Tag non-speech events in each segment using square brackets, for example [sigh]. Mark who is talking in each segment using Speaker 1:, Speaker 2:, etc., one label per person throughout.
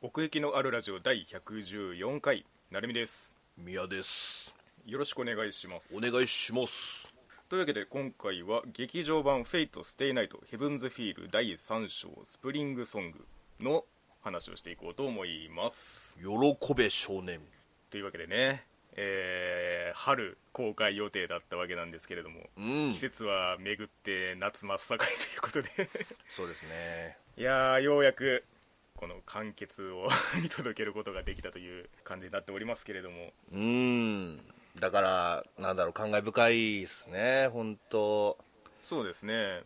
Speaker 1: 奥行きのあるラジオ第114回なるみです
Speaker 2: 宮です
Speaker 1: よろしくお願いします
Speaker 2: お願いします
Speaker 1: というわけで今回は劇場版「フェイトステイナイトヘブンズフィール第3章スプリングソング」の話をしていこうと思います
Speaker 2: 喜べ少年
Speaker 1: というわけでねえー春公開予定だったわけなんですけれども、
Speaker 2: うん
Speaker 1: 季節は巡って夏真っ盛りということで [laughs]
Speaker 2: そうですね
Speaker 1: いやーようやくこの完結を [laughs] 見届けることができたという感じになっておりますけれども
Speaker 2: うんだからなんだろう感慨深いですね本当
Speaker 1: そうですね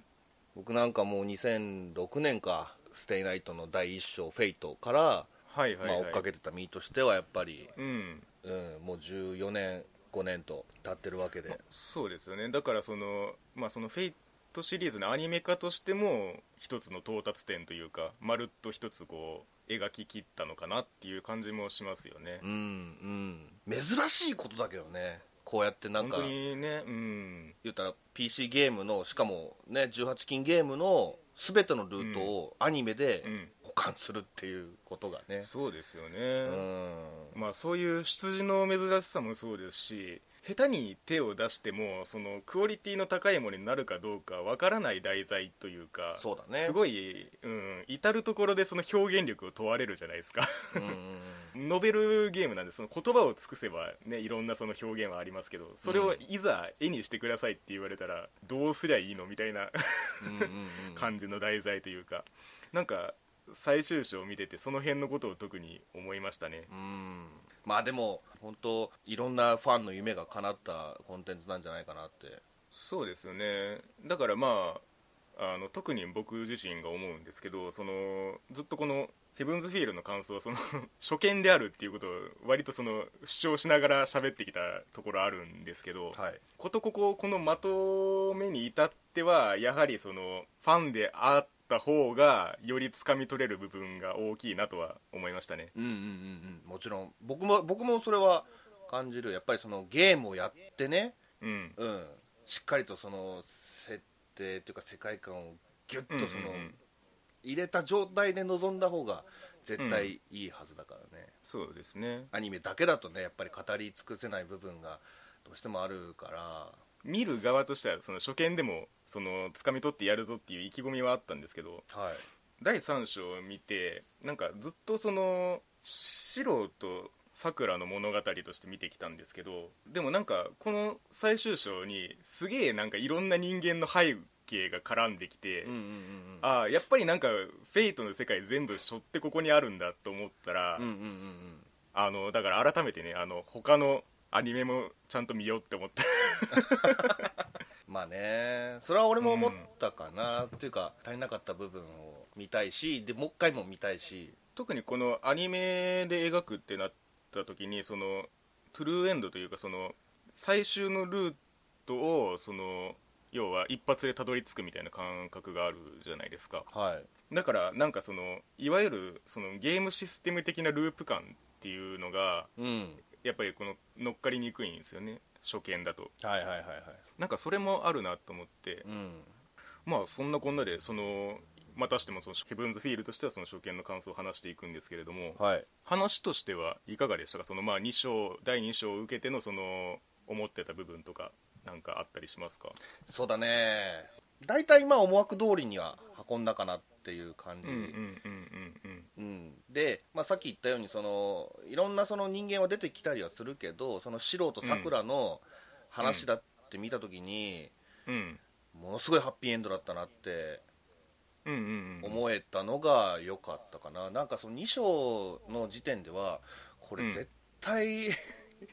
Speaker 2: 僕なんかもう2006年かステイナイトの第一章フェイトから、
Speaker 1: はいはい、はい
Speaker 2: まあ、追っかけてた身としてはやっぱり、
Speaker 1: うん
Speaker 2: うん、もう14年5年と経ってるわけで
Speaker 1: そうですよねだからその,、まあ、そのフェイトシリーズのアニメ化としても一つの到達点というかまるっと一つこう描ききったのかなっていう感じもしますよね、
Speaker 2: うんうん珍しいことだけどねこうやってなん
Speaker 1: 本
Speaker 2: か
Speaker 1: 当にねうん
Speaker 2: 言ったら PC ゲームのしかもね18禁ゲームの全てのルートをアニメで
Speaker 1: うん
Speaker 2: 保管するっていうことがね
Speaker 1: そうですよね、
Speaker 2: うん
Speaker 1: まあそういう出自の珍しさもそうですし下手に手を出してもそのクオリティの高いものになるかどうかわからない題材というか
Speaker 2: そうだね
Speaker 1: すごい、うん、至る所でその表現力を問われるじゃないですか
Speaker 2: うんうんうん
Speaker 1: ノベルゲームなんでその言葉を尽くせば、ね、いろんなその表現はありますけどそれをいざ絵にしてくださいって言われたら、どうすりゃいいのみたいな
Speaker 2: うんうん
Speaker 1: [laughs]
Speaker 2: うん
Speaker 1: 感じの題材というかなんか最終章を見ててその辺のことを特に思いましたね
Speaker 2: うんまあでも本当いろんなファンの夢が叶ったコンテンツなんじゃないかなって
Speaker 1: そうですよねだからまああの特に僕自身が思うんですけどそのずっとこのヘブンズ・フィールの感想はその [laughs] 初見であるっていうことを割とその主張しながら喋ってきたところあるんですけど、
Speaker 2: はい
Speaker 1: ことこここのまとめに至ってはやはりそのファンであった方がよりつかみ取れる部分が大きいなとは思いましたね
Speaker 2: うんうんうんうんもちろん僕も僕もそれは感じるやっぱりそのゲームをやってね
Speaker 1: うん
Speaker 2: うん、しっかりとその設定というか世界観をギュッとその
Speaker 1: うんうんうん
Speaker 2: 入れた状態で臨んだ方が絶対いいはずだからね、
Speaker 1: そうですね
Speaker 2: アニメだけだとねやっぱり語り尽くせない部分がどうしてもあるから
Speaker 1: 見る側としてはその初見でもそのつかみ取ってやるぞっていう意気込みはあったんですけど
Speaker 2: はい
Speaker 1: 第3章を見てなんかずっとそのシロとさくらの物語として見てきたんですけどでもなんかこの最終章にすげえなんかいろんな人間の背景が絡んできて、
Speaker 2: うんうんうん
Speaker 1: ああやっぱりなんかフェイトの世界全部背負ってここにあるんだと思ったら、
Speaker 2: うんうんうんうん
Speaker 1: あのだから改めてねあの他のアニメもちゃんと見ようって思った
Speaker 2: まあねそれは俺も思ったかな、っていうか足りなかった部分を見たいしでもう一回も見たいし
Speaker 1: 特にこのアニメで描くってなった時にそのトゥルーエンドというかその最終のルートをその要は一発でたどり着くみたいな感覚があるじゃないですか
Speaker 2: はい
Speaker 1: だからなんかそのいわゆるそのゲームシステム的なループ感っていうのが
Speaker 2: うん
Speaker 1: やっぱりこの乗っかりにくいんですよね初見だと
Speaker 2: はいはいはいはい
Speaker 1: なんかそれもあるなと思って、
Speaker 2: うん
Speaker 1: まあそんなこんなでそのまたしてもそのヘブンズ・フィールとしてはその初見の感想を話していくんですけれども、
Speaker 2: はい
Speaker 1: 話としてはいかがでしたかそのまあ2章第2章を受けてのその思ってた部分とかなんかあったりしますか
Speaker 2: そうだね大体まあ思惑通りには運んだかなっていう感じ、
Speaker 1: うんうんうんうん
Speaker 2: うんで、まあ、さっき言ったようにそのいろんなその人間は出てきたりはするけどその素人さくらの話だって見た時に、
Speaker 1: うんうん
Speaker 2: ものすごいハッピーエンドだったなって
Speaker 1: うんうんうん
Speaker 2: 思えたのが良かったかな、なんかその2章の時点ではこ
Speaker 1: う
Speaker 2: れ
Speaker 1: ん
Speaker 2: 絶対、 [laughs]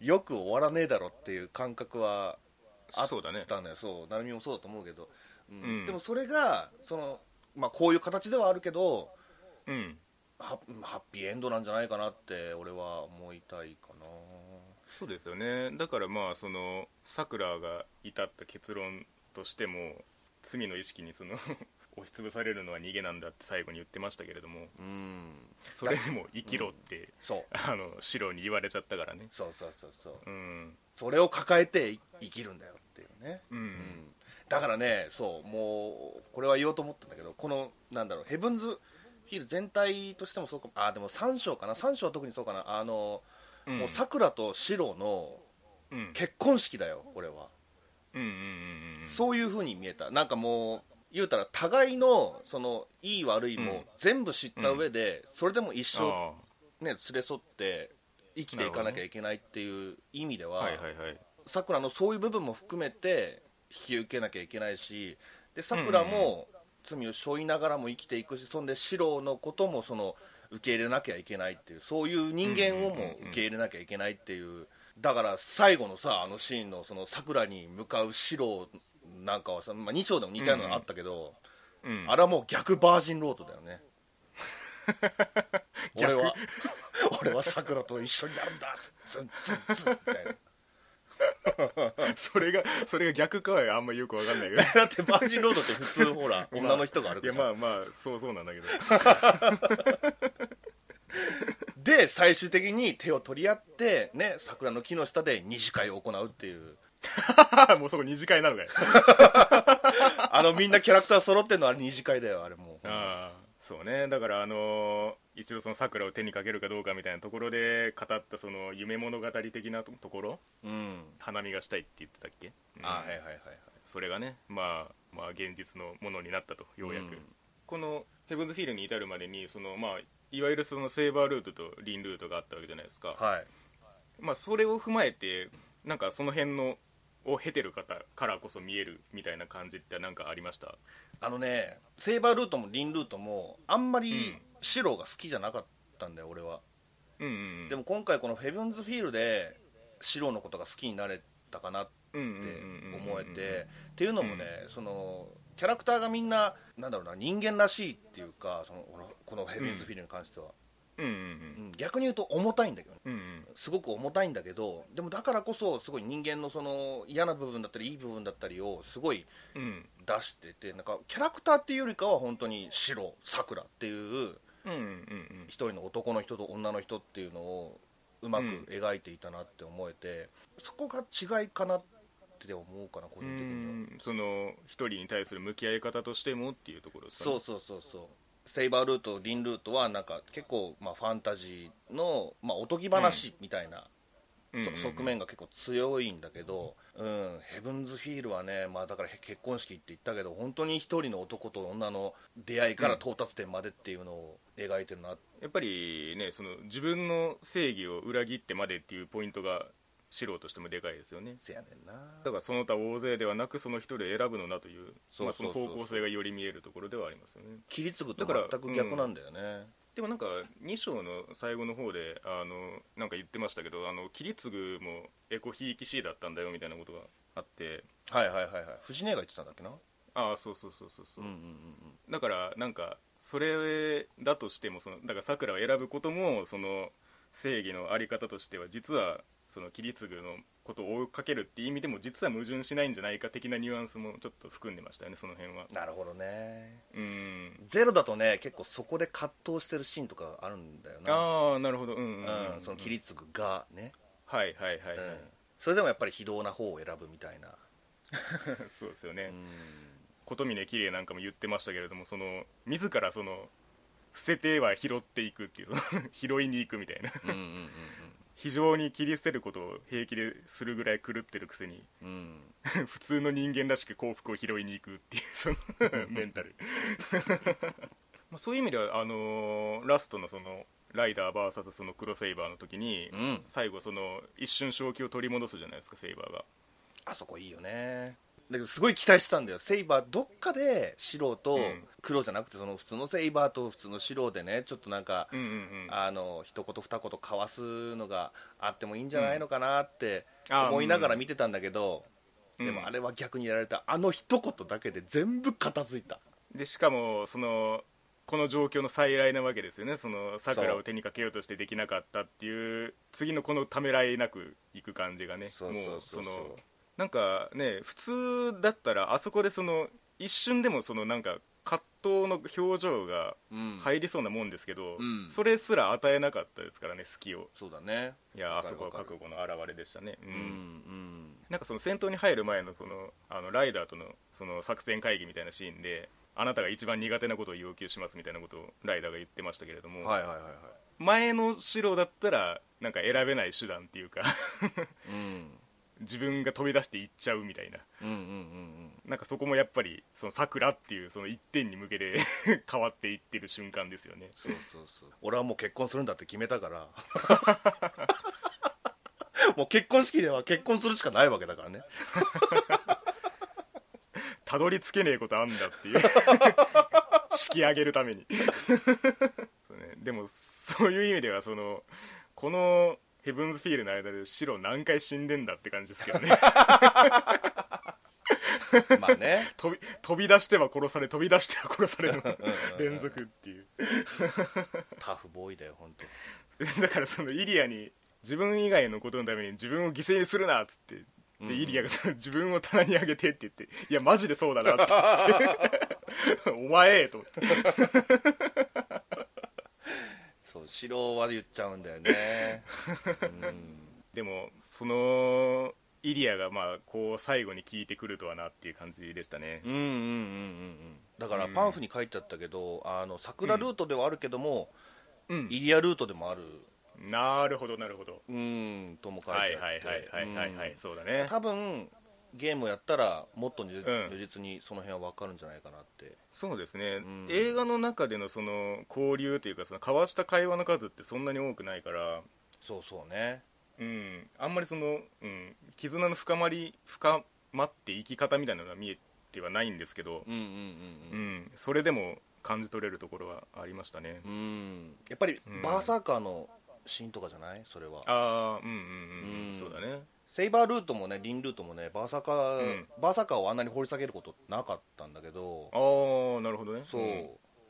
Speaker 2: よく終わらねえだろっていう感覚はあっ
Speaker 1: そうだね
Speaker 2: だねそう成美もそうだと思うけど、うん
Speaker 1: うん
Speaker 2: でもそれがその、まあ、こういう形ではあるけど
Speaker 1: うん
Speaker 2: ハハッピーエンドなんじゃないかなって俺は思いたいかな
Speaker 1: そうですよねだからまあそのさくらが至った結論としても罪の意識にその [laughs] 押しつぶされるのは逃げなんだって最後に言ってましたけれども
Speaker 2: うん
Speaker 1: それでも生きろって、
Speaker 2: そう
Speaker 1: あのシロに言われちゃったからね
Speaker 2: そうそうそうそう
Speaker 1: うん
Speaker 2: それを抱えてい生きるんだよっていうね、
Speaker 1: うん、
Speaker 2: うんだからねそうもうこれは言おうと思ったんだけどこのなんだろうヘブンズヒール全体としてもそうかもあーでも三章かな三章は特にそうかなあの、
Speaker 1: うん
Speaker 2: もうさくらとシロの
Speaker 1: うん
Speaker 2: 結婚式だよ俺は、
Speaker 1: うんうんうんうん
Speaker 2: そういう風に見えたなんかもう言うたら互いのそのいい悪い
Speaker 1: うん
Speaker 2: も全部知った上で、それでも一生、
Speaker 1: あ
Speaker 2: ね、連れ添って生きていかなきゃいけないっていう意味で
Speaker 1: あ
Speaker 2: は
Speaker 1: はいはいはい
Speaker 2: さくらのそういう部分も含めて引き受けなきゃいけないしでさくらも罪を背負いながらも生きていくしそんで四郎のこともその受け入れなきゃいけないっていうそういう人間をも受け入れなきゃいけないっていうだから最後のさあのシーンのそのさくらに向かう四郎なんかはさ、まあ、2章でも似たようなのあったけど、
Speaker 1: うん
Speaker 2: あれはもう逆バージンロードだよね俺は俺はさくらと一緒になるんだツンツンツンツンみたいな
Speaker 1: それが [laughs] それが逆かはあんまよくわかんないけど
Speaker 2: だってバージンロードって普通ほら
Speaker 1: まあ
Speaker 2: [laughs] 女の人が歩
Speaker 1: い
Speaker 2: く
Speaker 1: や
Speaker 2: じゃん、
Speaker 1: まあまあそうそうなん
Speaker 2: [laughs]
Speaker 1: だけど
Speaker 2: で最終的に手を取り合ってね桜の木の下で二次会を行うっていう
Speaker 1: もうそこ二次会なのかよ
Speaker 2: あのみんなキャラクター揃ってんのあれ二次会だよあれもう
Speaker 1: ああそうねだからあのー一度その桜を手にかけるかどうかみたいなところで語ったその夢物語的なとところ
Speaker 2: うん
Speaker 1: 花見がしたいって言ってたっけ、うん
Speaker 2: あはいはいはいはい
Speaker 1: それがねまあまあ現実のものになったとようやく、
Speaker 2: うん
Speaker 1: このヘブンズフィールに至るまでにそのまあいわゆるそのセーバールートとリンルートがあったわけじゃないですか、
Speaker 2: はい
Speaker 1: まあ、それを踏まえてなんかその辺のを経てる方からこそ見えるみたいな感じってなんかありました
Speaker 2: あのねセーバールートもリンルートもあんま
Speaker 1: う
Speaker 2: り
Speaker 1: ん
Speaker 2: シローが好きじゃなかったんだよ俺は
Speaker 1: うんうんうん
Speaker 2: でも今回このヘブンズフィールでシローのことが好きになれたかなって
Speaker 1: うんうん
Speaker 2: って
Speaker 1: うんうん
Speaker 2: 思えてっていうのもね、そのキャラクターがみんななんだろうな人間らしいっていうかそのこのこのヘブンズ・フィールに関しては、
Speaker 1: うんうん
Speaker 2: うん逆に言うと重たいんだけどね
Speaker 1: うんうんうん
Speaker 2: すごく重たいんだけどでもだからこそすごい人間のその嫌な部分だったりいい部分だったりをすごい
Speaker 1: うん
Speaker 2: 出しててなんかキャラクターっていうよりかは本当に白さくらっていう
Speaker 1: うんうんうん
Speaker 2: 一人の男の人と女の人っていうのをうまく描いていたなって思えて、そこが違いかなって思うかな個
Speaker 1: う
Speaker 2: 人的には。
Speaker 1: んその一人に対する向き合い方としてもっていうところですか
Speaker 2: そ
Speaker 1: ね
Speaker 2: うそうそうそうセイバールートリンルートはなんか結構まあファンタジーの、まあ、おとぎ話みたいな、
Speaker 1: うん
Speaker 2: そ
Speaker 1: うんうん
Speaker 2: 側面が結構強いんだけど、うん、ヘブンズ・フィールはね、まあ、だからへ結婚式って言ったけど本当に一人の男と女の出会いから到達点までっていうのを描いてるな、
Speaker 1: やっぱりねその自分の正義を裏切ってまでっていうポイントが素人としてもでかいですよね
Speaker 2: せやねんな
Speaker 1: だからその他大勢ではなくその一人を選ぶのだという
Speaker 2: そうそうそう
Speaker 1: まあその方向性がより見えるところではありますよね
Speaker 2: 切り継ぐと
Speaker 1: だから
Speaker 2: 全く逆なんだよね、
Speaker 1: でもなんか2章の最後の方であのなんか言ってましたけどあの切り継ぐもエコひいき C だったんだよみたいなことがあって
Speaker 2: はいはいはいはい藤根が言ってたんだっけな
Speaker 1: ああそうそうそうそうそうう、
Speaker 2: んうんうん
Speaker 1: だからなんかそれだとしてもそのだからさくらを選ぶこともその正義のあり方としては実はその切り継ぐのことを追いかけるっていう意味でも実は矛盾しないんじゃないか的なニュアンスもちょっと含んでましたよねその辺は
Speaker 2: うんなるほどね
Speaker 1: うん
Speaker 2: ゼロだとね結構そこで葛藤してるシーンとかあるんだよな
Speaker 1: ああなるほどうんうん、うん
Speaker 2: うんその切り継ぐがね、
Speaker 1: はいはいはい、
Speaker 2: う
Speaker 1: は
Speaker 2: ん
Speaker 1: い
Speaker 2: それでもやっぱり非道な方を選ぶみたいな、
Speaker 1: [laughs] そうですよね、琴峰綺麗なんかも言ってましたけれどもその自らその捨てては拾っていくっていうその [laughs] 拾いに行くみたいな
Speaker 2: うんうんうん
Speaker 1: 非常に切り捨てることを平気でするぐらい狂ってるくせに [laughs]
Speaker 2: うんうん
Speaker 1: 普通の人間らしく幸福を拾いに行くっていう [laughs] そのメンタル [laughs] まあそういう意味ではあのーラストのそのライダー VS その黒セイバーの時に、
Speaker 2: うん
Speaker 1: 最後その一瞬正気を取り戻すじゃないですかセイバーが
Speaker 2: あそこいいよねだけどすごい期待してたんだよセイバーどっかで白と
Speaker 1: うん
Speaker 2: 黒じゃなくてその普通のセイバーと普通の白でねちょっとなんか、
Speaker 1: うんうんうん
Speaker 2: あの一言二言交わすのがあってもいいんじゃないのかなって
Speaker 1: あー
Speaker 2: 思いながら見てたんだけど、
Speaker 1: うん
Speaker 2: でもあれは逆にやられたあの一言だけで全部片付いた
Speaker 1: でしかもそのこの状況の再来なわけですよねその桜
Speaker 2: そ
Speaker 1: を
Speaker 2: う
Speaker 1: 手にかけようとしてできなかったっていう次のこのためらいなくいく感じがね
Speaker 2: そうそうそうそう
Speaker 1: もうそのなんかね普通だったらあそこでその一瞬でもそのなんか葛藤の表情が
Speaker 2: うん
Speaker 1: 入りそうなもんですけど、
Speaker 2: うん
Speaker 1: それすら与えなかったですからね好きを
Speaker 2: そうだね
Speaker 1: いやあ
Speaker 2: わか
Speaker 1: そ
Speaker 2: る
Speaker 1: こは
Speaker 2: わかる
Speaker 1: 覚悟の表れでしたね
Speaker 2: うんうん
Speaker 1: なんかその戦闘に入る前のそのあのライダーとのその作戦会議みたいなシーンであなたが一番苦手なことを要求しますみたいなことをライダーが言ってましたけれども、
Speaker 2: はいはいはいはい
Speaker 1: 前のシロだったらなんか選べない手段っていうか [laughs]
Speaker 2: うん
Speaker 1: 自分が飛び出していっちゃうみたいな
Speaker 2: うんうん
Speaker 1: なんかそこもやっぱりその桜っていうその一点に向けて [laughs] 変わっていってる瞬間ですよね
Speaker 2: そうそうそう俺はもう結婚するんだって決めたから [laughs] もう結婚式では結婚するしかないわけだからね
Speaker 1: たどり着けねえことあんだっていう
Speaker 2: [laughs]
Speaker 1: 敷き上げるためにそう、ね、でもそういう意味ではそのこのヘブンズ・フィールの間で白何回死んでんだって感じですけど
Speaker 2: [laughs]
Speaker 1: ね
Speaker 2: まあね
Speaker 1: 飛び飛び出しては殺され飛び出しては殺されの連続っていう [laughs]
Speaker 2: タフボーイだよ本当。
Speaker 1: だからそのイリアに自分以外のことのために自分を犠牲にするなっつって
Speaker 2: うん
Speaker 1: でイリアがその自分を棚に上げてって言って「いやマジでそうだな」って
Speaker 2: [laughs]
Speaker 1: [laughs] 言ってお前」と思って
Speaker 2: そう白は言っちゃうんだよね、うん
Speaker 1: でもそのイリアがまあこう最後に聞いてくるとはなっていう感じでしたね
Speaker 2: うんうんうんうんうんだからパンフに書いてあったけど、あの桜ルートではあるけども、
Speaker 1: うん
Speaker 2: イリアルートでもある
Speaker 1: なるほどなるほど
Speaker 2: うんとも書いてあっ
Speaker 1: はい
Speaker 2: て
Speaker 1: はいはいはいはいはい
Speaker 2: うん
Speaker 1: そうだね
Speaker 2: 多分ゲームをやったらもっと如実,、
Speaker 1: うん
Speaker 2: 如実にその辺は分かるんじゃないかなって
Speaker 1: そうですね
Speaker 2: うん
Speaker 1: 映画の中でのその交流というかその交わした会話の数ってそんなに多くないから
Speaker 2: そうそうね
Speaker 1: うん、あんまりその、うん、絆の深まり深まって生き方みたいなのが見えてはないんですけど、
Speaker 2: うんうん
Speaker 1: う
Speaker 2: うん
Speaker 1: ん、それでも感じ取れるところはありましたね、
Speaker 2: うん、やっぱり
Speaker 1: うん
Speaker 2: バーサーカーのシーンとかじゃないそれは
Speaker 1: ああうんうんうん、
Speaker 2: うん
Speaker 1: そうだね
Speaker 2: セイバールートもねリンルートもねバーサーカー、
Speaker 1: うん
Speaker 2: バーサーカーをあんなに掘り下げることなかったんだけど
Speaker 1: ああなるほどね
Speaker 2: そう、
Speaker 1: ん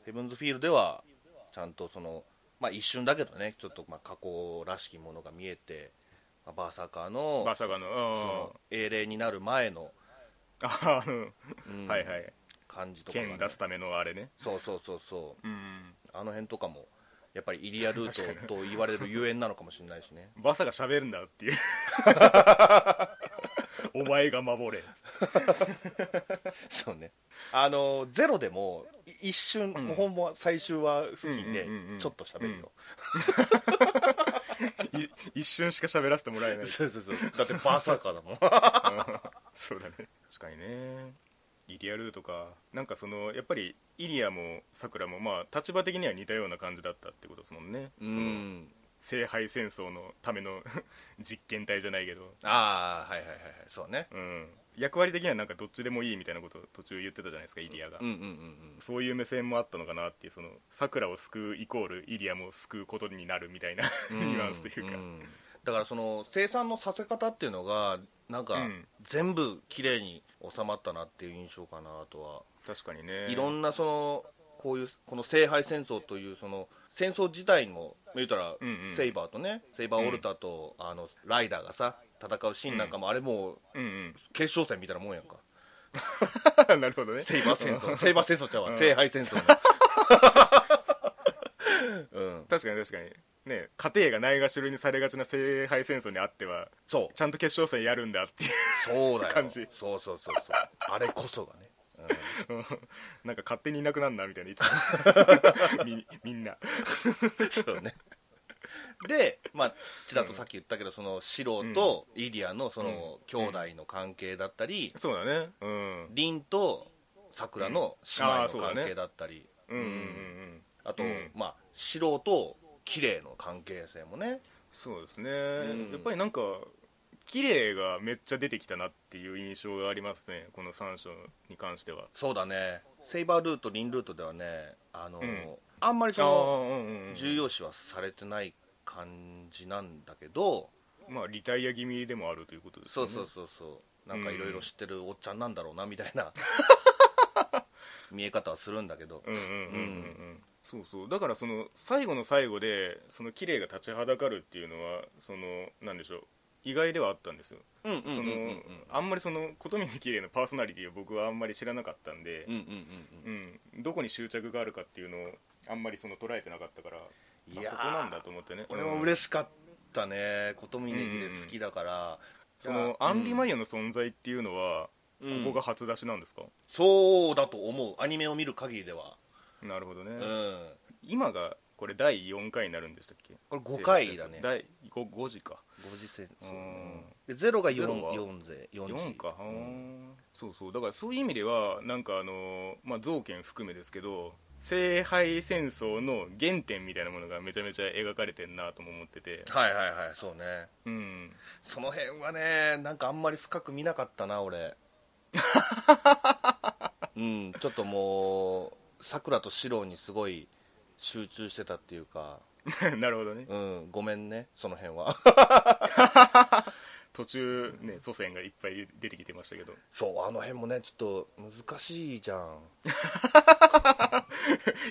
Speaker 2: ヘブンズフィールではちゃんとそのまあ一瞬だけどねちょっとまあ加工らしきものが見えて、まあ、バーサーカーの
Speaker 1: まさかの
Speaker 2: そ
Speaker 1: あ
Speaker 2: の英霊になる前の、
Speaker 1: ーあー、うん
Speaker 2: うん
Speaker 1: はいはい
Speaker 2: 感じとかがね、
Speaker 1: 剣出すためのあれね
Speaker 2: そうそうそうそう
Speaker 1: うん
Speaker 2: あの辺とかもやっぱりイリアルートと言われるゆえんなのかもしれない
Speaker 1: [laughs]
Speaker 2: しね
Speaker 1: バサが喋るんだって
Speaker 2: [laughs]
Speaker 1: いうお前が守れ
Speaker 2: そうねあのゼロでもい一瞬、
Speaker 1: ん
Speaker 2: もうほんま最終話付近で
Speaker 1: うんうんうんうん
Speaker 2: ちょっと喋ると、
Speaker 1: い一瞬しか喋らせてもらえない
Speaker 2: そうそうそうだってバーサーカー
Speaker 1: [laughs]
Speaker 2: だもん
Speaker 1: そうだね確かにねイリアルートかなんかそのやっぱりイリアもさくらもまあ立場的には似たような感じだったってことですもんね、そ
Speaker 2: う
Speaker 1: の
Speaker 2: ん
Speaker 1: 聖杯戦争のための [laughs] 実験体じゃないけど、
Speaker 2: ああはいはいはいはいそうね
Speaker 1: うん、役割的にはなんかどっちでもいいみたいなことを途中言ってたじゃないですかイリアが、
Speaker 2: うんうんうんうん
Speaker 1: そういう目線もあったのかなっていうそのさくらを救うイコールイリアも救うことになるみたいな [laughs] ニュアンスというか、
Speaker 2: んだからその生産のさせ方っていうのがなんか
Speaker 1: うん
Speaker 2: 全部綺麗に収まったなっていう印象かなとは、
Speaker 1: 確かにね
Speaker 2: いろんなそのこういうこの聖杯戦争というその戦争自体も言うたら、
Speaker 1: うんうん
Speaker 2: セイバーとねセイバーオルタと、あのライダーがさ戦うシーンなんかも、あれも
Speaker 1: う
Speaker 2: う
Speaker 1: ん
Speaker 2: 決勝戦みたいなもんやんか
Speaker 1: うん [laughs] なるほどね
Speaker 2: セイバー戦争セイバー戦争ちゃうわ、
Speaker 1: うん
Speaker 2: 聖杯戦争ね [laughs] うん、
Speaker 1: [laughs] 確かに確かにね家庭がないがしろにされがちな聖杯戦争にあっては
Speaker 2: そう
Speaker 1: ちゃんと決勝戦やるんだっていう [laughs]
Speaker 2: そうだよ
Speaker 1: 感じ
Speaker 2: そうそうそうそうあれこそが
Speaker 1: [laughs]
Speaker 2: ね、うん
Speaker 1: うんなんか勝手にいなくなんなみたいないつ [laughs] もみみんな
Speaker 2: そうね。で、まあ、ちらっとさっき言ったけど、そのシロとイリアのその兄弟の関係だったり、
Speaker 1: そうだねうん
Speaker 2: リンと桜の姉
Speaker 1: うんあ
Speaker 2: 妹
Speaker 1: ーそ
Speaker 2: の
Speaker 1: うだ
Speaker 2: 関
Speaker 1: ね
Speaker 2: 係だったり、
Speaker 1: うんうんうんうん
Speaker 2: あと、
Speaker 1: うん
Speaker 2: まあ、シロと綺麗の関係性もね、
Speaker 1: そうですね、
Speaker 2: ん
Speaker 1: やっぱりなんか綺麗がめっちゃ出てきたなっていう印象がありますねこの3章に関しては
Speaker 2: そうだね、セイバールート、リンルートではね、あの、
Speaker 1: うん
Speaker 2: あんまりそ
Speaker 1: あ
Speaker 2: の、
Speaker 1: ーうんうんうん
Speaker 2: 重要視はされてない感じなんだけど、
Speaker 1: まあリタイア気味でもあるということです
Speaker 2: そ
Speaker 1: よ
Speaker 2: う
Speaker 1: ね
Speaker 2: そうそうそうなんかいろいろ知ってるおっちゃんなんだろうなみたいな [laughs] 見え方はするんだけど
Speaker 1: うんうんうんうんうんそうそうだからその最後の最後でその綺麗が立ちはだかるっていうのはそのなんでしょう意外ではあったんですよ、
Speaker 2: うんうんうんうんうん
Speaker 1: そのあんまりその琴峰綺麗のパーソナリティを僕はあんまり知らなかったんで
Speaker 2: うんう、ん
Speaker 1: うんどこに執着があるかっていうのをあんまりその捉えてなかったから
Speaker 2: うんいや
Speaker 1: あそこなんだと思ってね
Speaker 2: 俺も
Speaker 1: れ
Speaker 2: 嬉しかったね琴峰秀好きだから
Speaker 1: そのアンリ・マイヤの存在っていうのは、
Speaker 2: うん
Speaker 1: ここが初出しなんですか、
Speaker 2: そうだと思うアニメを見る限りでは、
Speaker 1: なるほどね、
Speaker 2: うん、
Speaker 1: 今がこれ第4回になるんでしたっけ
Speaker 2: これ5回だね
Speaker 1: 第 5, 5時か
Speaker 2: 5次戦そう
Speaker 1: う
Speaker 2: ね
Speaker 1: ん
Speaker 2: でゼロが
Speaker 1: ゼロは
Speaker 2: 4, 四勢4
Speaker 1: 4か、
Speaker 2: う
Speaker 1: はー
Speaker 2: ん
Speaker 1: そうそうだからそういう意味ではなんかあの、まあ、造形含めですけど聖杯戦争の原点みたいなものがめちゃめちゃ描かれてんなとも思ってて
Speaker 2: はいはいはいそうね
Speaker 1: うん [laughs]
Speaker 2: その辺はねなんかあんまり深く見なかった
Speaker 1: [laughs]
Speaker 2: な俺うんちょっともうさくらとシロにすごい集中してたっていうか
Speaker 1: なるほどね
Speaker 2: うんごめんねその辺は
Speaker 1: 途中ね祖先がいっぱい出てきてましたけど
Speaker 2: そうあの辺もねちょっと難しいじゃん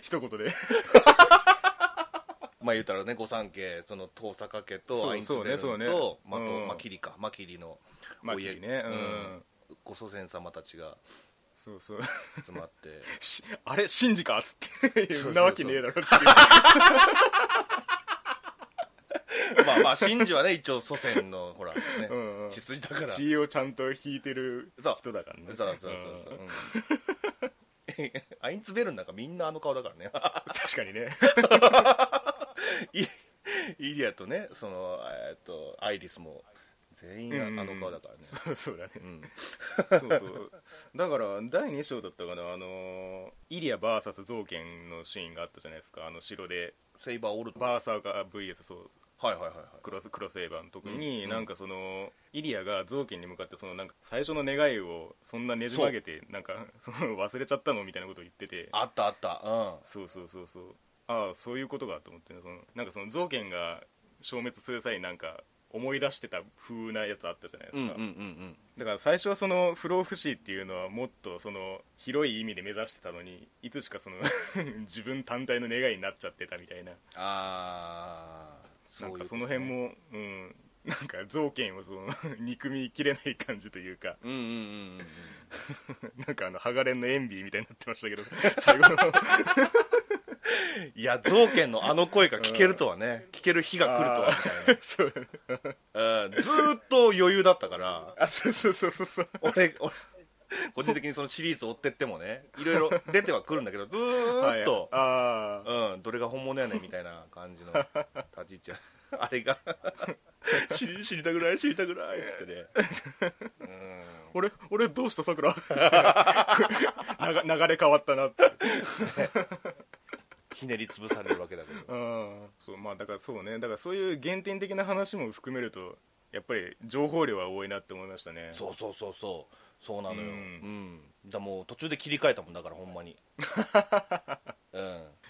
Speaker 1: 一
Speaker 2: [laughs]
Speaker 1: 言で
Speaker 2: まあ言うたらね御三家その遠坂家と
Speaker 1: そう
Speaker 2: アインツベルン
Speaker 1: そうねそうね
Speaker 2: とまあと
Speaker 1: うん
Speaker 2: まあキリかまあキリの
Speaker 1: まあ
Speaker 2: お家
Speaker 1: いいねうん、
Speaker 2: うんご祖先様たちが
Speaker 1: そうそう
Speaker 2: 集まって [laughs]
Speaker 1: しあれシンジかっつって
Speaker 2: そうそうそうん
Speaker 1: なわけねえだ
Speaker 2: [laughs]
Speaker 1: ろっていう
Speaker 2: まあまあ真珠はね一応祖先のほらね
Speaker 1: うんうん
Speaker 2: 血筋だから
Speaker 1: 血をちゃんと引いてる人だからね
Speaker 2: そうそうそうそう、うん [laughs] アインツベルンなんかみんなあの顔だから
Speaker 1: うん確かにね
Speaker 2: ね [laughs] イイリアとねその、えー、とアイリスも全員あの顔だからね、
Speaker 1: そうそうだね
Speaker 2: うん
Speaker 1: そうそうだから第2章だったかなあのイリア VS 造剣のシーンがあったじゃないですかあの城で
Speaker 2: セイバーオールトンはい
Speaker 1: バーサーカー VS そう
Speaker 2: はいはいはい
Speaker 1: クロスクロスエヴァの時に、
Speaker 2: うん
Speaker 1: なんかそのイリアが造形に向かってそのなんか最初の願いをそんなねじ曲げてなんか [laughs] その忘れちゃったのみたいなことを言ってて
Speaker 2: あったあったう
Speaker 1: そうそうそうそうああそういうことかと思って、ね、そのなんかその造形が消滅する際なんか思い出してた風なやつあったじゃないですか、
Speaker 2: んうんうんうん
Speaker 1: だから最初はその不老不死っていうのはもっとその広い意味で目指してたのにいつしかその [laughs] 自分単体の願いになっちゃってたみたいな
Speaker 2: ああ
Speaker 1: なんかその辺もうんなんか造形をその [laughs] 憎みきれない感じというか
Speaker 2: うんうんうんうんうん
Speaker 1: なんかあのハガレンのエンビーみたいになってましたけど最後の
Speaker 2: [laughs] いや造形のあの声が聞けるとはね、聞ける日が来るとはみたいな
Speaker 1: そう
Speaker 2: うんずーっと余裕だったから
Speaker 1: あそうそうそうそうそう
Speaker 2: 俺俺個人的にそのシリーズ追ってってもねいろいろ出てはくるんだけどず
Speaker 1: は
Speaker 2: ー
Speaker 1: い
Speaker 2: っと、
Speaker 1: ああ
Speaker 2: うん、どれが本物やねんみたいな感じの立ち位置あれが
Speaker 1: [laughs]
Speaker 2: 知り知りたくない知りたくないっつってね、
Speaker 1: 俺俺どうしたさくら [laughs] 流れ変わったなって
Speaker 2: うん、ひねり潰されるわけだけど
Speaker 1: うんそうまあだからそうねだからそういう原点的な話も含めるとやっぱり情報量は多いなって思いましたね
Speaker 2: そうそうそうそうそうなのよ、う
Speaker 1: うんん
Speaker 2: だもう途中で切り替えたもんだからほんまにうん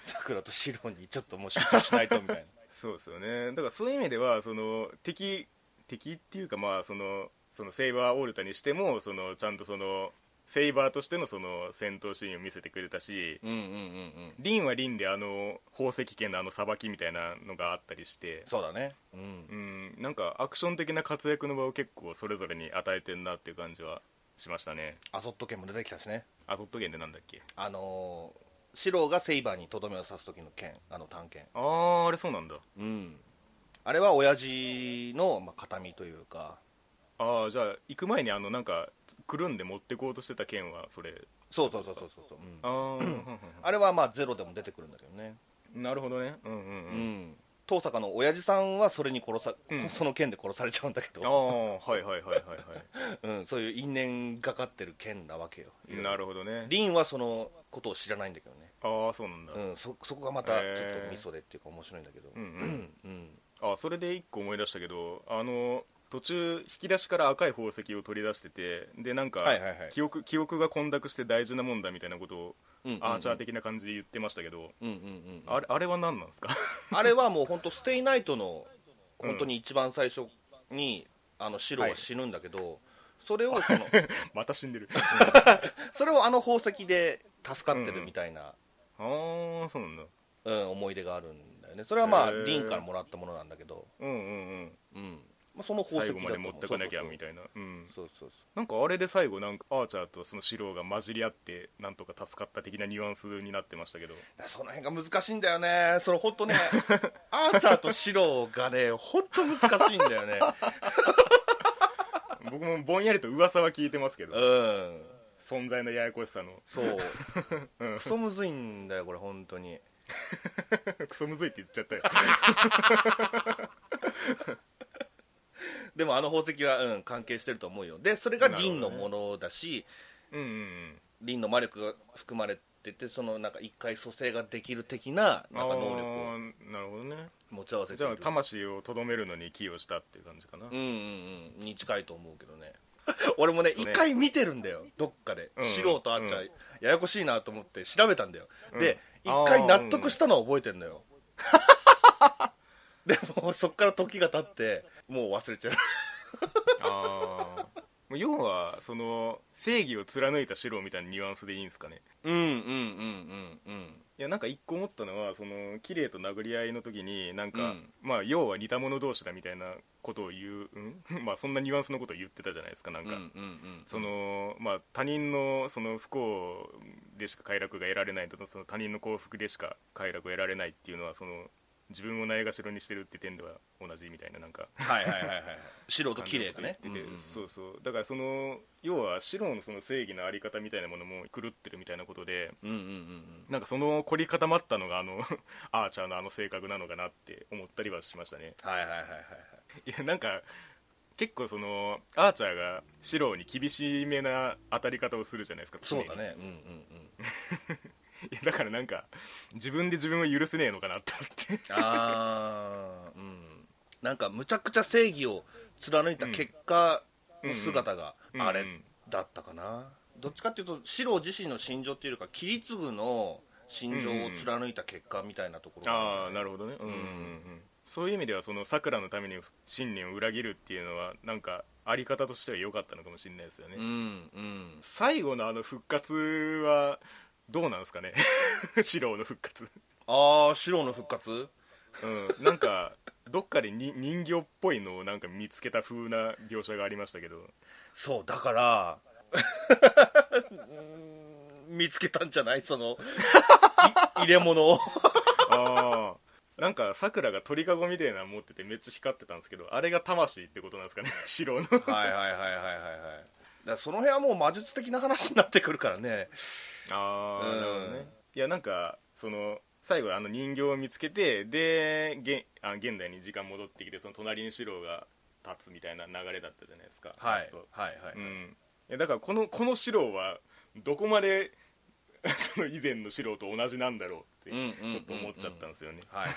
Speaker 2: さくらとシロにちょっともう集中しないとみたいな
Speaker 1: そうですよねだからそういう意味ではその敵敵っていうかまあそのそのセイバーオールタにしてもそのちゃんとそのセイバーとしてのその戦闘シーンを見せてくれたし
Speaker 2: [laughs] うんうんうんうん
Speaker 1: リンはリンであの宝石剣のあのさばきみたいなのがあったりして
Speaker 2: そうだねうん
Speaker 1: うんなんかアクション的な活躍の場を結構それぞれに与えてんなっていう感じはしましたね
Speaker 2: アソット剣も出てきたしね
Speaker 1: アゾットゲンでなんだっけ
Speaker 2: あのー、シロがセイバーにとどめを刺す時の剣あの短剣
Speaker 1: あああれそうなんだ
Speaker 2: うんあれは親父の、まあ、形見というか
Speaker 1: ああじゃあ行く前にあのなんかつくるんで持ってこうとしてた剣はそれ
Speaker 2: そうそうそうそうそうそう、うん、
Speaker 1: あ [clears throat]
Speaker 2: あれはまあゼロでも出てくるんだけどね
Speaker 1: あなるほどねうんう
Speaker 2: うんん遠坂の親父さんはそれに殺さ、
Speaker 1: うん
Speaker 2: その剣で殺されちゃうんだけ
Speaker 1: うんあ
Speaker 2: ど、
Speaker 1: あはいはいはいはいは
Speaker 2: うん、そういう因縁がかってる剣なわけよ
Speaker 1: いなるほどね
Speaker 2: リンはそのことを知らないんだけどね、
Speaker 1: ああそうなんだ、
Speaker 2: うん、そそこがまたちょっ
Speaker 1: へー
Speaker 2: とミソでっていうか面白いんだけど、
Speaker 1: うんう、
Speaker 2: うんんうん、
Speaker 1: あそれで一個思い出したけどあの途中引き出しから赤い宝石を取り出しててでなんか、
Speaker 2: はいはいはい
Speaker 1: 記憶記憶が混濁して大事なもんだみたいなことを
Speaker 2: うんうん
Speaker 1: アーチャー的な感じで言ってましたけど、
Speaker 2: うんうんうん
Speaker 1: あれ [laughs] あれは何なんですか
Speaker 2: あれはもう本当ステイナイトの
Speaker 1: うん
Speaker 2: 本当に一番最初に、あのシロは死ぬんだけど、それをそ
Speaker 1: [laughs]
Speaker 2: の
Speaker 1: また死んでる [laughs]
Speaker 2: それをあの宝石で助かってるみたいな、
Speaker 1: ああそうなんだ
Speaker 2: うん思い出があるんだよねそれはまあ
Speaker 1: へー
Speaker 2: リンからもらったものなんだけど、
Speaker 1: うんうんうん
Speaker 2: うんまあ、その宝石
Speaker 1: 最後
Speaker 2: だ
Speaker 1: まで持ってかなきゃみ
Speaker 2: い
Speaker 1: たいなうん
Speaker 2: なそうそうそう
Speaker 1: なんかあれで最後なんかアーチャーとそのシローが混じり合ってなんとか助かった的なニュアンスになってま
Speaker 2: [laughs]
Speaker 1: したけど
Speaker 2: だからその辺が難しいんだよねその本
Speaker 1: [laughs]
Speaker 2: 当ねアーチャーとシロがね本当難しいんだよね
Speaker 1: 僕もぼんやりと噂は聞いてますけど
Speaker 2: うん
Speaker 1: 存在のややこしさの [laughs]
Speaker 2: そうクソむずいんだよこれ本当に
Speaker 1: クソむずいって言っちゃった
Speaker 2: [laughs]
Speaker 1: よ
Speaker 2: でもあの宝石は、うん、関係してると思うよでそれが凛のものだし、
Speaker 1: うんうんうん
Speaker 2: 凛の魔力が含まれててそのなんか一回蘇生ができる的ななん
Speaker 1: あ
Speaker 2: か能力を
Speaker 1: ーなるほどね
Speaker 2: 持ち合わせて
Speaker 1: じ
Speaker 2: い
Speaker 1: ゃ
Speaker 2: る
Speaker 1: あ魂をとどめるのに寄与したっていう感じかな、
Speaker 2: うんうんうんに近いと思うけどね [laughs] 俺もね
Speaker 1: そう
Speaker 2: 一
Speaker 1: ね
Speaker 2: 回見てるんだよどっかで、
Speaker 1: うん
Speaker 2: 素人あっちゃ、
Speaker 1: うん
Speaker 2: ややこしいなと思って調べたんだよ、
Speaker 1: うん
Speaker 2: で一
Speaker 1: あー
Speaker 2: 回納得したのは覚えてんの [laughs] よ、でもそっから時が経ってもう忘れちゃう
Speaker 1: ああ要はその正義を貫いた白みたいなニュアンスでいいんですかね
Speaker 2: うんうんうんうんうん
Speaker 1: いやなんか一個思ったのはその綺麗と殴り合いの時になんか、
Speaker 2: うん
Speaker 1: まあ要は似た者同士だみたいなことを言う、うん、まあそんなニュアンスのことを言ってたじゃないですかなん
Speaker 2: うん
Speaker 1: か、
Speaker 2: うんうん
Speaker 1: そのまあ他人のその不幸でしか快楽が得られないとその他人の幸福でしか快楽を得られないっていうのはその自分をないがしろにしてるって点では同じみたいななんか
Speaker 2: はいはい [laughs] はいはい素人綺麗だね
Speaker 1: 言ってて
Speaker 2: うんうん
Speaker 1: そうそうだからその要はシロのその正義のあり方みたいなものも狂ってるみたいなことで
Speaker 2: うんうんうんうん
Speaker 1: なんかその凝り固まったのがあの [laughs] アーチャーのあの性格なのかなって思ったりはしましたね
Speaker 2: はいはいはいはいはい
Speaker 1: いやなんか結構そのアーチャーがシロに厳しめな当たり方をするじゃないですか
Speaker 2: そうだ
Speaker 1: 常に
Speaker 2: ねうんうんうん
Speaker 1: いやだからなんか自分で自分を許せねえのかなって思って
Speaker 2: あーうんなんかむちゃくちゃ正義を貫いた結果の姿が
Speaker 1: うんうん
Speaker 2: あ
Speaker 1: う
Speaker 2: れ
Speaker 1: ん
Speaker 2: だったかなどっちかっていうと四郎自身の心情っていうよりか切り継ぐの心情を貫いた結果みたいなところが
Speaker 1: ああなるほどねうんうんうん、
Speaker 2: う
Speaker 1: うんん、そういう意味ではそのさくらのために信念を裏切るっていうのはなんかあり方としては良かったのかもしれないですよね、
Speaker 2: うんうん
Speaker 1: 最後のあの復活はどうなんですかね [laughs] 四郎の復活、
Speaker 2: ああ四郎の復活
Speaker 1: うん、なんかどっかでに人形っぽいのをなんか見つけた風な描写がありました [laughs] けど
Speaker 2: そうだから [laughs] うーん見つけたんじゃないそ [laughs] のい入れ物を
Speaker 1: ああなんかさくらが鳥かごみたいなの持っててめっちゃ光ってたんですけどあれが魂ってことなんですかね [laughs] 四郎の
Speaker 2: はいはいはいはいはいはいだからその辺はもう魔術的な話になってくるからね
Speaker 1: ああ
Speaker 2: うん
Speaker 1: なるほどねいやなんかその最後あの人形を見つけてで現あ現代に時間戻ってきてその隣に四郎が立つみたいな流れだったじゃないですか
Speaker 2: はい
Speaker 1: ラスト
Speaker 2: はいは
Speaker 1: う
Speaker 2: い、
Speaker 1: ん、いやだからこのこの四郎はどこまで [laughs] その以前の四郎と同じなんだろうっ
Speaker 2: うんうん
Speaker 1: て
Speaker 2: うんうん
Speaker 1: ちょっと思っちゃったんですよね、
Speaker 2: はいは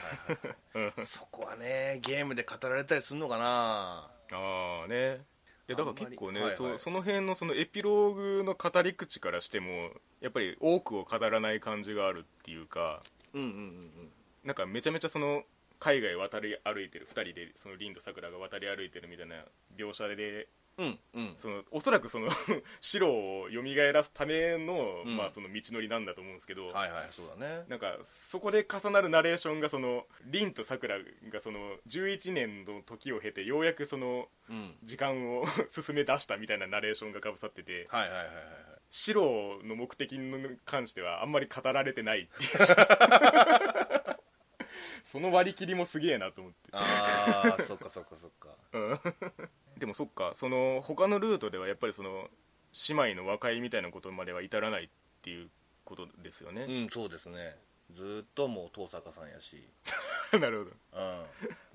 Speaker 2: い [laughs] はいそこはねゲームで語られたりするのかな
Speaker 1: ああねいやだから結構ね、
Speaker 2: あんまり
Speaker 1: そ
Speaker 2: はいはい
Speaker 1: その辺のそのエピローグの語り口からしてもやっぱり多くを語らない感じがあるっていうか
Speaker 2: うんうん
Speaker 1: なんかめちゃめちゃその海外渡り歩いてる2人でその凛と桜が渡り歩いてるみたいな描写で
Speaker 2: うんうんうんうん
Speaker 1: そのおそらくその [laughs] 白を蘇らすための,、
Speaker 2: うん
Speaker 1: まあその道のりなんだと思うんですけど、
Speaker 2: はいはいそうだね
Speaker 1: なんかそこで重なるナレーションがその凛とさくらがその11年の時を経てようやくその
Speaker 2: うん
Speaker 1: 時間を [laughs] 進め出したみたいなナレーションがかぶさってて
Speaker 2: はいはいはいはい
Speaker 1: シロの目的に関してはあんまり語られてないっていう
Speaker 2: [laughs]
Speaker 1: その割り切りもすげえなと思って
Speaker 2: ああそっかそっかそっか
Speaker 1: [laughs] でもそっかその他のルートではやっぱりその姉妹の和解みたいなことまでは至らないっていうことですよ
Speaker 2: [laughs] う
Speaker 1: ね、
Speaker 2: んそうですねずーっともう遠坂さんやし
Speaker 1: [laughs] なるほど
Speaker 2: うん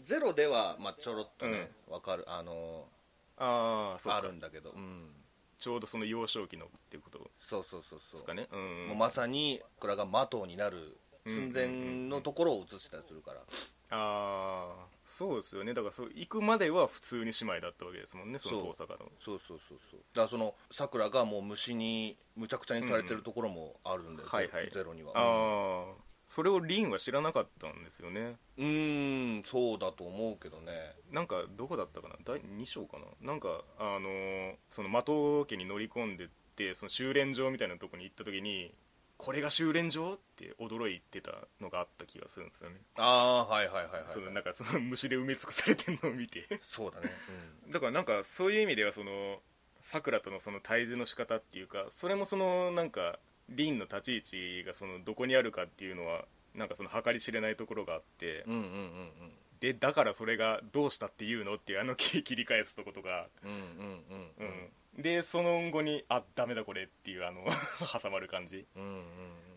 Speaker 2: ゼロでは、まあ、ちょろっとねわ、かるあの
Speaker 1: ああそう
Speaker 2: あ
Speaker 1: か
Speaker 2: るんだけどうん
Speaker 1: ちょうどその幼少期のっていうことで
Speaker 2: そうそうそうそう
Speaker 1: すかねうん
Speaker 2: もうまさにこれがマトになる寸前のところを映したりするから、
Speaker 1: ああそうですよねだからそう行くまでは普通に姉妹だったわけですもんねその
Speaker 2: そう
Speaker 1: 遠坂の
Speaker 2: そうそうそうそうだからそのさくらがもう虫にむちゃくちゃにされてるところもあるんだよ、
Speaker 1: うんはいはい
Speaker 2: ゼロには
Speaker 1: ああそれを凛は知らなかったんですよね
Speaker 2: うーんそうだと思うけどね
Speaker 1: なんかどこだったかな第2章かななんかあのーその的家に乗り込んでってその修練場みたいなとこに行った時にこれが修練場って驚いてたのがあった気がするんですよね、
Speaker 2: ああはいはいはいはい
Speaker 1: そのなんかその虫で埋め尽くされてるのを見て
Speaker 2: そうだね、
Speaker 1: [laughs] だからなんかそういう意味ではそのさくらとのその対峙の仕方っていうかそれもそのなんか凛の立ち位置がそのどこにあるかっていうのはなんかその計り知れないところがあって
Speaker 2: うん、うんうんうん
Speaker 1: でだからそれがどうしたっていうのっていうあの切り返すとことか、
Speaker 2: うんうん
Speaker 1: う
Speaker 2: う
Speaker 1: んんでその後にあダメだこれっていうあの [laughs] 挟まる感じ、
Speaker 2: うん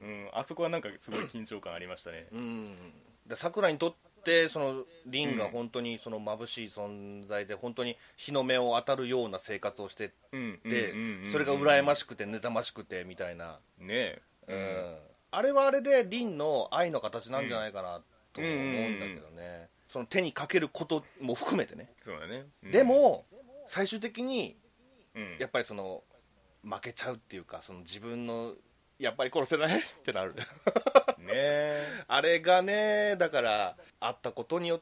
Speaker 2: うん
Speaker 1: うん、あそこはなんかすごい緊張感ありましたね、
Speaker 2: うんうんで桜にとってそのリンが本当にその眩しい存在で本当に日の目を当たるような生活をして
Speaker 1: うん
Speaker 2: て
Speaker 1: うんうんうん
Speaker 2: それが羨ましくて妬ましくてみたいな、
Speaker 1: ね
Speaker 2: うん
Speaker 1: え、
Speaker 2: あれはあれでリンの愛の形なんじゃないかなと思うんだけどね、その手にかけることも含めてね、
Speaker 1: うん、そうだね、うん
Speaker 2: で、も最終的に
Speaker 1: うん
Speaker 2: やっぱりその負けちゃうっていうかその自分のやっぱり殺せないってなる
Speaker 1: ねえ
Speaker 2: [laughs] あれがねだからあったことによっ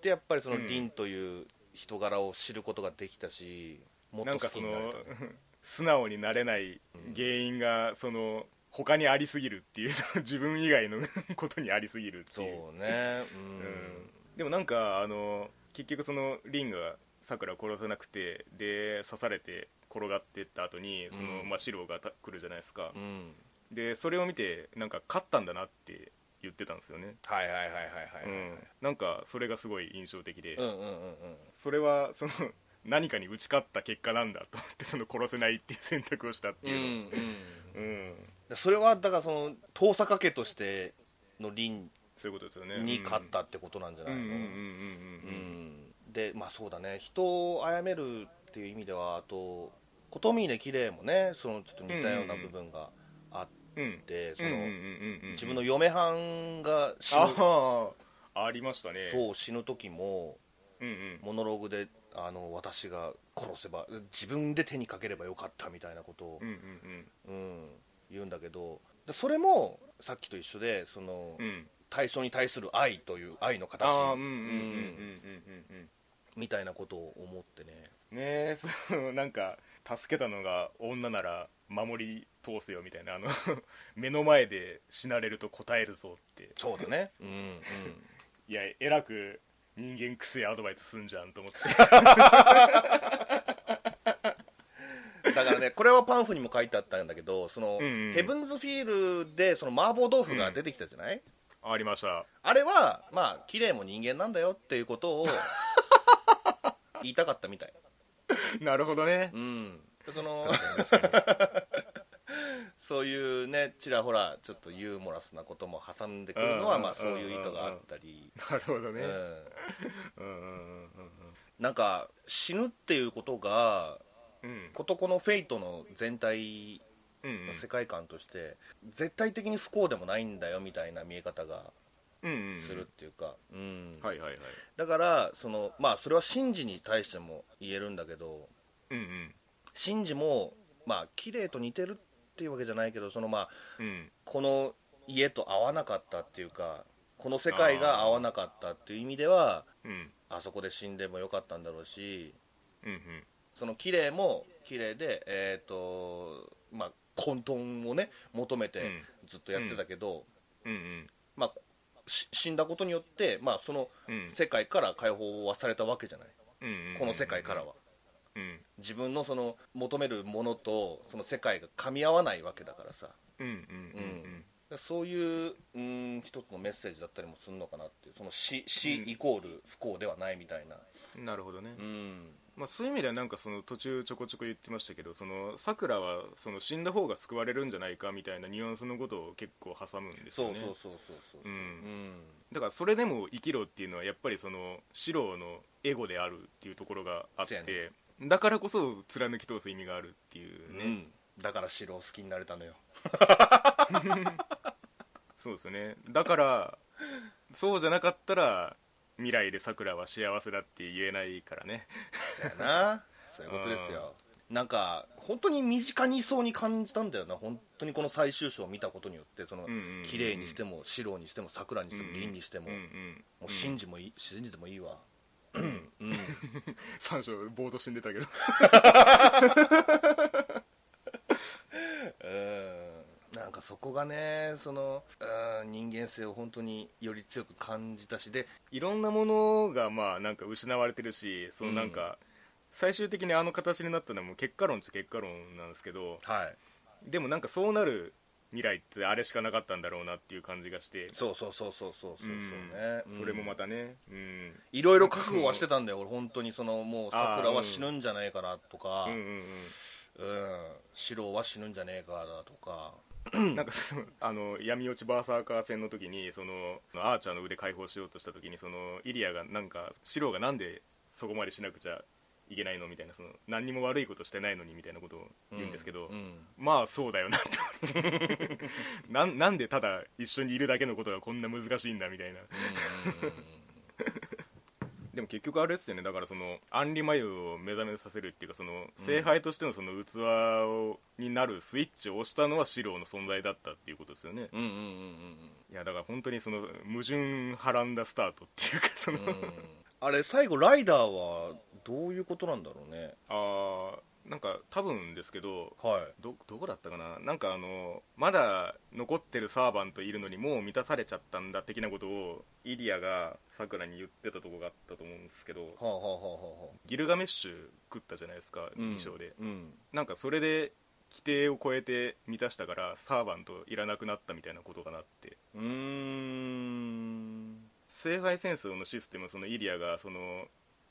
Speaker 2: てやっぱりその
Speaker 1: うん
Speaker 2: 凛という人柄を知ることができたし、も
Speaker 1: な
Speaker 2: っ
Speaker 1: ん
Speaker 2: と
Speaker 1: か
Speaker 2: 好き
Speaker 1: そ
Speaker 2: になれ
Speaker 1: の [laughs]
Speaker 2: たね
Speaker 1: 素直になれない原因がその他にありすぎるっていう [laughs] 自分以外のことにありすぎるって
Speaker 2: そう
Speaker 1: いう
Speaker 2: ね
Speaker 1: うんでもなんかあの結局そのリンがさくらを殺せなくてで刺されて転がってった後にその、
Speaker 2: うん
Speaker 1: まあ、シロがた来るじゃないですか
Speaker 2: うん、う、ん、
Speaker 1: でそれを見てなんか勝ったんだなって言ってたんですよね、
Speaker 2: はいはいはいはいはい、
Speaker 1: うん、なんかそれがすごい印象的で、
Speaker 2: うんうんうんうん
Speaker 1: それはその何かに打ち勝った結果なんだと思ってその殺せないっていう選択をしたって
Speaker 2: うん
Speaker 1: いうの、
Speaker 2: うん
Speaker 1: うん、
Speaker 2: それはだからその遠坂家としての凛
Speaker 1: そういうことですよね。
Speaker 2: に勝ったってことなんじゃ
Speaker 1: う
Speaker 2: なんい
Speaker 1: うん
Speaker 2: の、
Speaker 1: うんうん
Speaker 2: う
Speaker 1: うんうん。
Speaker 2: んでまあそうだね人を殺めるっていう意味ではあと琴峰綺麗もねそのちょっと似たような部分があっ
Speaker 1: うん。
Speaker 2: て、
Speaker 1: うんうんうんうん
Speaker 2: その
Speaker 1: うん。
Speaker 2: 自分の嫁はんが死ぬ
Speaker 1: ああありましたね。
Speaker 2: そう死ぬ時も
Speaker 1: うんうん。
Speaker 2: モノローグであの私が殺せば自分で手にかければよかったみたいなことを
Speaker 1: う、んうん
Speaker 2: うん言うんだけどでそれもさっきと一緒でその、
Speaker 1: うん。うん。
Speaker 2: 対象に対する愛という愛の
Speaker 1: あ
Speaker 2: 形
Speaker 1: あうんうんうんうん
Speaker 2: うん
Speaker 1: うんうん
Speaker 2: みたいなことを思ってね
Speaker 1: うん。ねえそのなんか助けたのが女なら守り通せよみたいなあの [laughs] 目の前で死なれると答えるぞって
Speaker 2: そうだね、うんうん、
Speaker 1: いやえらく人間くせえアドバイスすんじゃんと思って
Speaker 2: だからね、これはパンフにも書いてあったんだけど、その、
Speaker 1: うんうん
Speaker 2: ヘブンズフィールで、その麻婆豆腐が出てきたじゃない、
Speaker 1: ありました
Speaker 2: あれは、まあ、綺麗も人間なんだよっていうこ
Speaker 1: [laughs]
Speaker 2: とを言いたかったみたい。
Speaker 1: [laughs] なるほどね
Speaker 2: うん。その、そういうね、ちらほら、ちょっとユーモラスなことも挟んでくるのは、
Speaker 1: うん
Speaker 2: まあ、そういう意図があったり、
Speaker 1: なるほど
Speaker 2: う
Speaker 1: ね
Speaker 2: ん。
Speaker 1: うんうんうん
Speaker 2: なんか、死ぬっていうことが、
Speaker 1: うんうん
Speaker 2: ことこのフェイトの全体
Speaker 1: うんうん
Speaker 2: の世界観として、絶対的に不幸でもないんだよみたいな見え方が
Speaker 1: うんうんうん
Speaker 2: するっていうか、うん
Speaker 1: はいはいはい
Speaker 2: だからその、まあ、それはシンジに対しても言えるんだけど
Speaker 1: うんうん
Speaker 2: シンジも、まあ綺麗と似てるっていうわけじゃないけどその、まあ、
Speaker 1: うん
Speaker 2: この家と合わなかったっていうかこの世界が合わなかったっていう意味では
Speaker 1: うん
Speaker 2: あそこで死んでもよかったんだろうし
Speaker 1: うんうん
Speaker 2: その綺麗も綺麗でえっ、とまあ混沌をね求めてずっとやってたけど、
Speaker 1: うんうん
Speaker 2: まあ、し死んだことによって、まあ、その
Speaker 1: うん
Speaker 2: 世界から解放はされたわけじゃない、
Speaker 1: うんうん
Speaker 2: この世界からは
Speaker 1: うん
Speaker 2: 自分のその求めるものとその世界が噛み合わないわけだからさ
Speaker 1: うんうんうんうん
Speaker 2: そういううーん一つのメッセージだったりもするのかなっていうその死死イコール不幸ではないみたいな
Speaker 1: なるほどね、
Speaker 2: うん
Speaker 1: まあ、そういう意味ではなんかその途中ちょこちょこ言ってましたけどそのさくらはその死んだ方が救われるんじゃないかみたいなニュアンスのことを結構挟むんですよ
Speaker 2: そう
Speaker 1: ね
Speaker 2: そうそうそうそう
Speaker 1: うん
Speaker 2: ん
Speaker 1: だからそれでも生きろっていうのはやっぱりその四郎のエゴであるっていうところがあっ
Speaker 2: そ
Speaker 1: て、
Speaker 2: やね
Speaker 1: だからこそ貫き通す意味があるっていうね、
Speaker 2: うんだから城を好きになれたのよ
Speaker 1: そうですねだからそうじゃなかったら未来でさくらは幸せだって言えないからね
Speaker 2: そやな [laughs] そういうことですよなんか本当に身近にいそうに感じたんだよな本当にこの最終章を見たことによってその、綺麗にしても四郎にしても桜にしても凛にしても、
Speaker 1: うんうん
Speaker 2: もう信じもいい信じてもいいわ
Speaker 1: うん
Speaker 2: うん
Speaker 1: 三章ボード死んでたけど
Speaker 2: なんかそこがねそのうん人間性を本当により強く感じたしで
Speaker 1: いろんなものがまあなんか失われてるしそのなんか、最終的にあの形になったのはもう結果論と結果論なんですけど
Speaker 2: はい
Speaker 1: でもなんかそうなる未来ってあれしかなかったんだろうなっていう感じがして
Speaker 2: そうそうそうそうそうそうそうね、
Speaker 1: うんそれもまたね、うん、
Speaker 2: いろいろ覚悟はしてたんだよ俺本当にそのもう桜は死ぬんじゃないかなとか、
Speaker 1: うん
Speaker 2: うん
Speaker 1: うん
Speaker 2: 白は死ぬんじゃねえかだとか
Speaker 1: うんなんかそのあの闇落ちバーサーカー戦の時にそのアーチャーの腕解放しようとした時にそのイリアがなんかシローがなんでそこまでしなくちゃいけないのみたいなその何にも悪いことしてないのにみたいなことを言うんですけど、
Speaker 2: うん
Speaker 1: まあそうだよなと [laughs] なんなんでただ一緒にいるだけのことがこんな難しいんだみたいな
Speaker 2: うんうんうん
Speaker 1: でも結局あれですよねだからそのアンリ・マユを目覚めさせるっていうかその聖杯としてのその器をになるスイッチを押したのはシローの存在だったっていうことですよね
Speaker 2: うんうん
Speaker 1: いやだから本当にその矛盾はらんだスタートっていうかその、
Speaker 2: うんうんうんあれ最後ライダーはどういうことなんだろうね
Speaker 1: あーなんか多分ですけど
Speaker 2: は
Speaker 1: どどこだったかななんかあのまだ残ってるサーバントいるのにもう満たされちゃったんだ的なことをイリアがさくらに言ってたとこがあったと思うんですけど
Speaker 2: いはあはあはあはあ
Speaker 1: ギルガメッシュ食ったじゃないですか
Speaker 2: うん
Speaker 1: 印象で、
Speaker 2: うん
Speaker 1: なんかそれで規定を超えて満たしたからサーバントいらなくなったみたいなことかなって
Speaker 2: うーん
Speaker 1: 聖杯戦争のシステムをそのイリアがその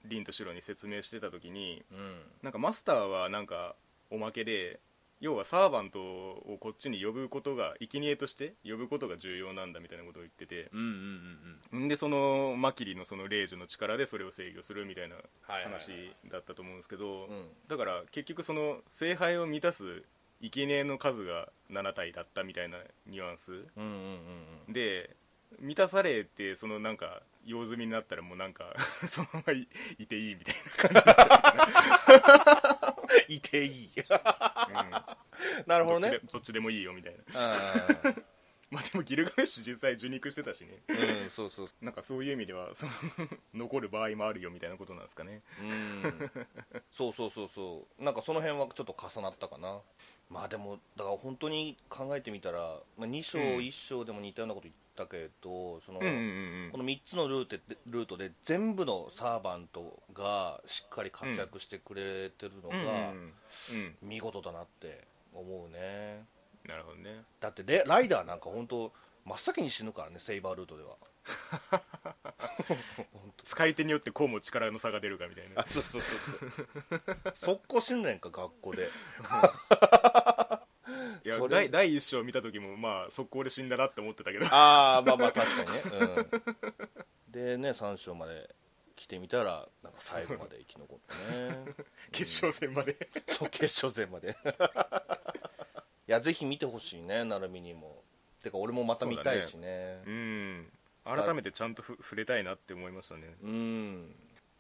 Speaker 1: リンとシロに説明してた時に
Speaker 2: うん
Speaker 1: なんかマスターはなんかおまけで要はサーバントをこっちに呼ぶことが生贄として呼ぶことが重要なんだみたいなことを言ってて
Speaker 2: うんうんうんうん
Speaker 1: んでそのマキリのその霊樹の力でそれを制御するみたいな
Speaker 2: はいはいはい
Speaker 1: 話だったと思うんですけど
Speaker 2: うん
Speaker 1: だから結局その聖杯を満たす生贄の数が7体だったみたいなニュアンス
Speaker 2: うんうんうんうん
Speaker 1: で満たされてそのなんか用済みになったらもうなんか [laughs] そのままいいていいみたい
Speaker 2: いていい
Speaker 1: な、うん
Speaker 2: なるほどね
Speaker 1: どっちでどっちでもいいよみたいな
Speaker 2: あ
Speaker 1: まあでもギルガメッシュ実際受肉してたしね
Speaker 2: ーうんそうそう
Speaker 1: なんかそういう意味ではその [laughs] 残る場合もあるよみたいなことなんですかね
Speaker 2: うんそうそうそうそうなんかその辺はちょっと重なったかなまあでもだから本当に考えてみたら、まあ、2章、
Speaker 1: うん
Speaker 2: 1章でも似たようなこと言ったけどその、
Speaker 1: うんうん
Speaker 2: この3つのルートでルートで全部のサーバントがしっかり活躍してくれてるの
Speaker 1: うんうん
Speaker 2: が
Speaker 1: うん
Speaker 2: 見事だなって思うね
Speaker 1: なるほどね
Speaker 2: だってレライダーなんか本当真っ先に死ぬからねセイバールートでは本当
Speaker 1: 使い手によってこうも力の差が出るかみたいな
Speaker 2: あそうそうそうそう速攻死んねんか学校で
Speaker 1: いや
Speaker 2: それ
Speaker 1: 第第一章見た時もまあ速攻で死んだなって思ってたけど
Speaker 2: ああまあまあ確かにね、うん、でね3章まで来てみたらなんか最後まで生き残ってね
Speaker 1: [laughs] 決勝戦まで
Speaker 2: そう決勝戦までいやぜひ見てほしいね成海にもてか俺もまた見たいしね
Speaker 1: うん [laughs] 改めてちゃんとふ触れたいなって思いましたね
Speaker 2: うん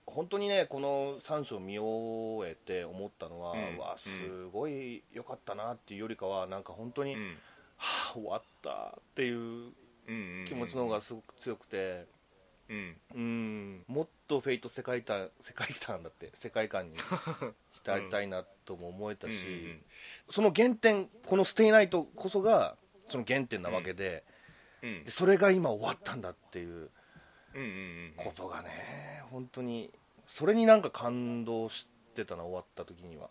Speaker 2: 本当にねこの3章見終えて思ったのは、
Speaker 1: うん
Speaker 2: わあすごい良かったなっていうよりかはなんか本当
Speaker 1: う
Speaker 2: に、
Speaker 1: ん
Speaker 2: はあ終わったっていう
Speaker 1: うんうん
Speaker 2: 気持ちの方がすごく強くて、
Speaker 1: うん
Speaker 2: うんもっとフェイト世界観 [laughs] 世界観だって世界
Speaker 1: [laughs]
Speaker 2: 観に浸りたいなとも思えたし、
Speaker 1: うんうんうん
Speaker 2: その原点この「ステイナイト」こそがその原点なわけで,、
Speaker 1: うん
Speaker 2: でそれが今終わったんだっていう
Speaker 1: うんうんうん
Speaker 2: ことがね本当にそれになんか感動してたな終わった時には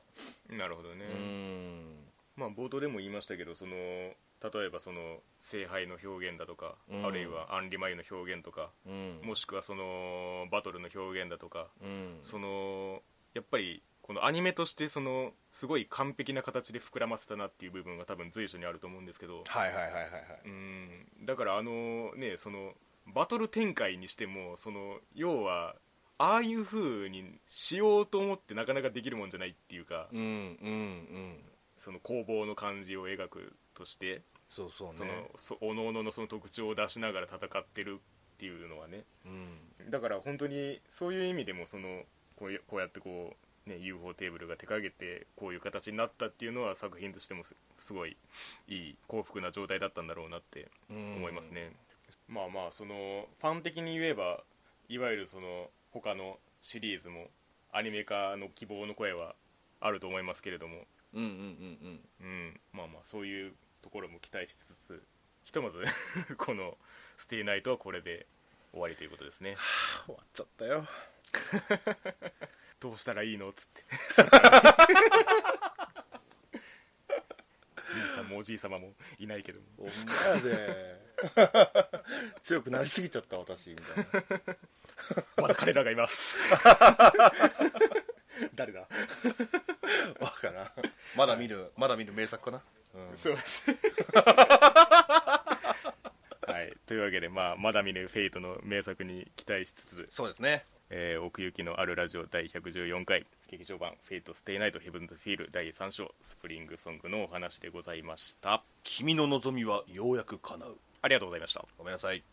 Speaker 1: なるほどね
Speaker 2: うん
Speaker 1: まあ、冒頭でも言いましたけどその例えばその聖杯の表現だとか、
Speaker 2: うん
Speaker 1: あるいはアンリマユの表現とか
Speaker 2: うん
Speaker 1: もしくはそのバトルの表現だとか、
Speaker 2: うん
Speaker 1: そのやっぱりこのアニメとしてそのすごい完璧な形で膨らませたなっていう部分が多分随所にあると思うんですけど、
Speaker 2: はいはいはいはいはい
Speaker 1: うんだからあのねそのバトル展開にしてもその要はああいう風にしようと思ってなかなかできるもんじゃないっていうか、
Speaker 2: うんうんうん
Speaker 1: その攻防の感じを描くとして。
Speaker 2: そうそうね
Speaker 1: そのそおのおののその特徴を出しながら戦ってるっていうのはね
Speaker 2: うん
Speaker 1: だから本当にそういう意味でもそのこうやこうやってこう、ね、UFO テーブルが手掛けてこういう形になったっていうのは作品としてもすすごいいい幸福な状態だったんだろうなって
Speaker 2: うん
Speaker 1: 思いますね、まあまあそのファン的に言えばいわゆるその他のシリーズもアニメ化の希望の声はあると思いますけれども
Speaker 2: うんうんうんうん
Speaker 1: うん、まあまあそういうところも期待しつつひとまず [laughs] この「ステイナイト」はこれで終わりということですね
Speaker 2: 終わっちゃったよ
Speaker 1: どうした [laughs] らいいのっつっていいもうおじい様もいないけども
Speaker 2: ほんまやで [laughs] 強くなりすぎちゃった私みたいな
Speaker 1: まだ彼らがいます [laughs] 誰だ
Speaker 2: [laughs] わからんまだ見るまだ見る名作かな、うん
Speaker 1: そうです。はい、というわけで、まあ、まだ見ぬフェイトの名作に期待しつつ、
Speaker 2: そうですね
Speaker 1: えー奥行きのあるラジオ第114回劇場版「フェイトステイナイトヘブンズフィール」第3章スプリングソングのお話でございました
Speaker 2: 君の望みはようやく叶う
Speaker 1: ありがとうございました
Speaker 2: ごめんなさい